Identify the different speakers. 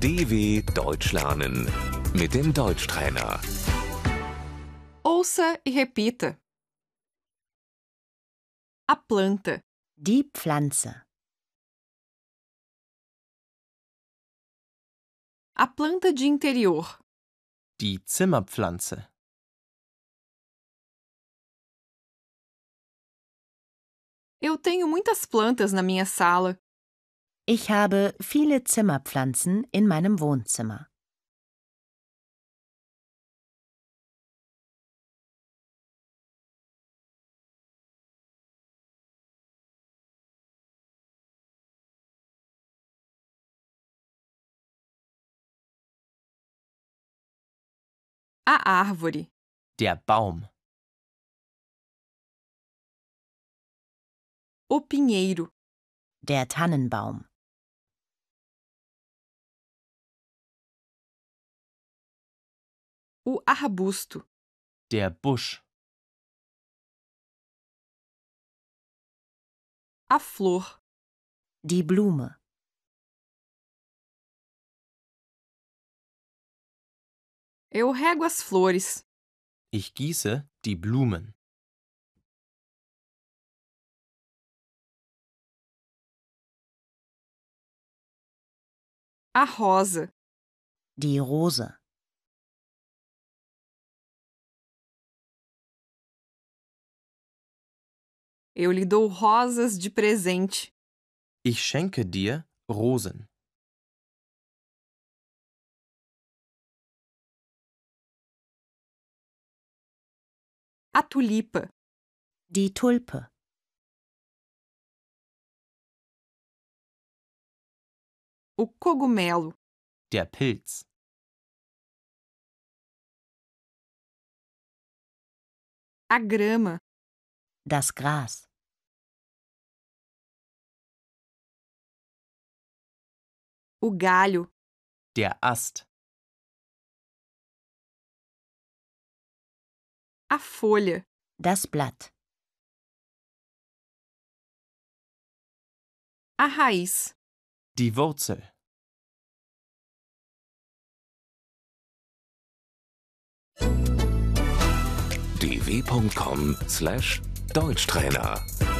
Speaker 1: DW Deutsch lernen mit dem Deutschtrainer.
Speaker 2: Ouça e repita. A planta,
Speaker 3: Die Pflanze.
Speaker 2: a planta de interior,
Speaker 4: Die Zimmerpflanze.
Speaker 2: Eu tenho muitas plantas na minha sala.
Speaker 3: Ich habe viele Zimmerpflanzen in meinem Wohnzimmer.
Speaker 2: A árvore,
Speaker 4: Der Baum.
Speaker 2: o pinheiro,
Speaker 3: Der Tannenbaum.
Speaker 2: o arbusto,
Speaker 4: Der Busch.
Speaker 2: a flor,
Speaker 3: Die Blume.
Speaker 2: eu rego as flores,
Speaker 4: Ich gieße die Blumen.
Speaker 2: a rosa,
Speaker 3: Die Rose.
Speaker 2: eu lhe dou rosas de presente.
Speaker 4: Ich schenke dir Rosen.
Speaker 2: A tulipa,
Speaker 3: Die Tulpe.
Speaker 2: o cogumelo,
Speaker 4: Der Pilz.
Speaker 2: a grama,
Speaker 3: Das Gras.
Speaker 2: o galho,
Speaker 4: Der Ast.
Speaker 2: a folha,
Speaker 3: Das Blatt.
Speaker 2: a raiz,
Speaker 4: Die Wurzel.
Speaker 1: dw.com/deutschtrainer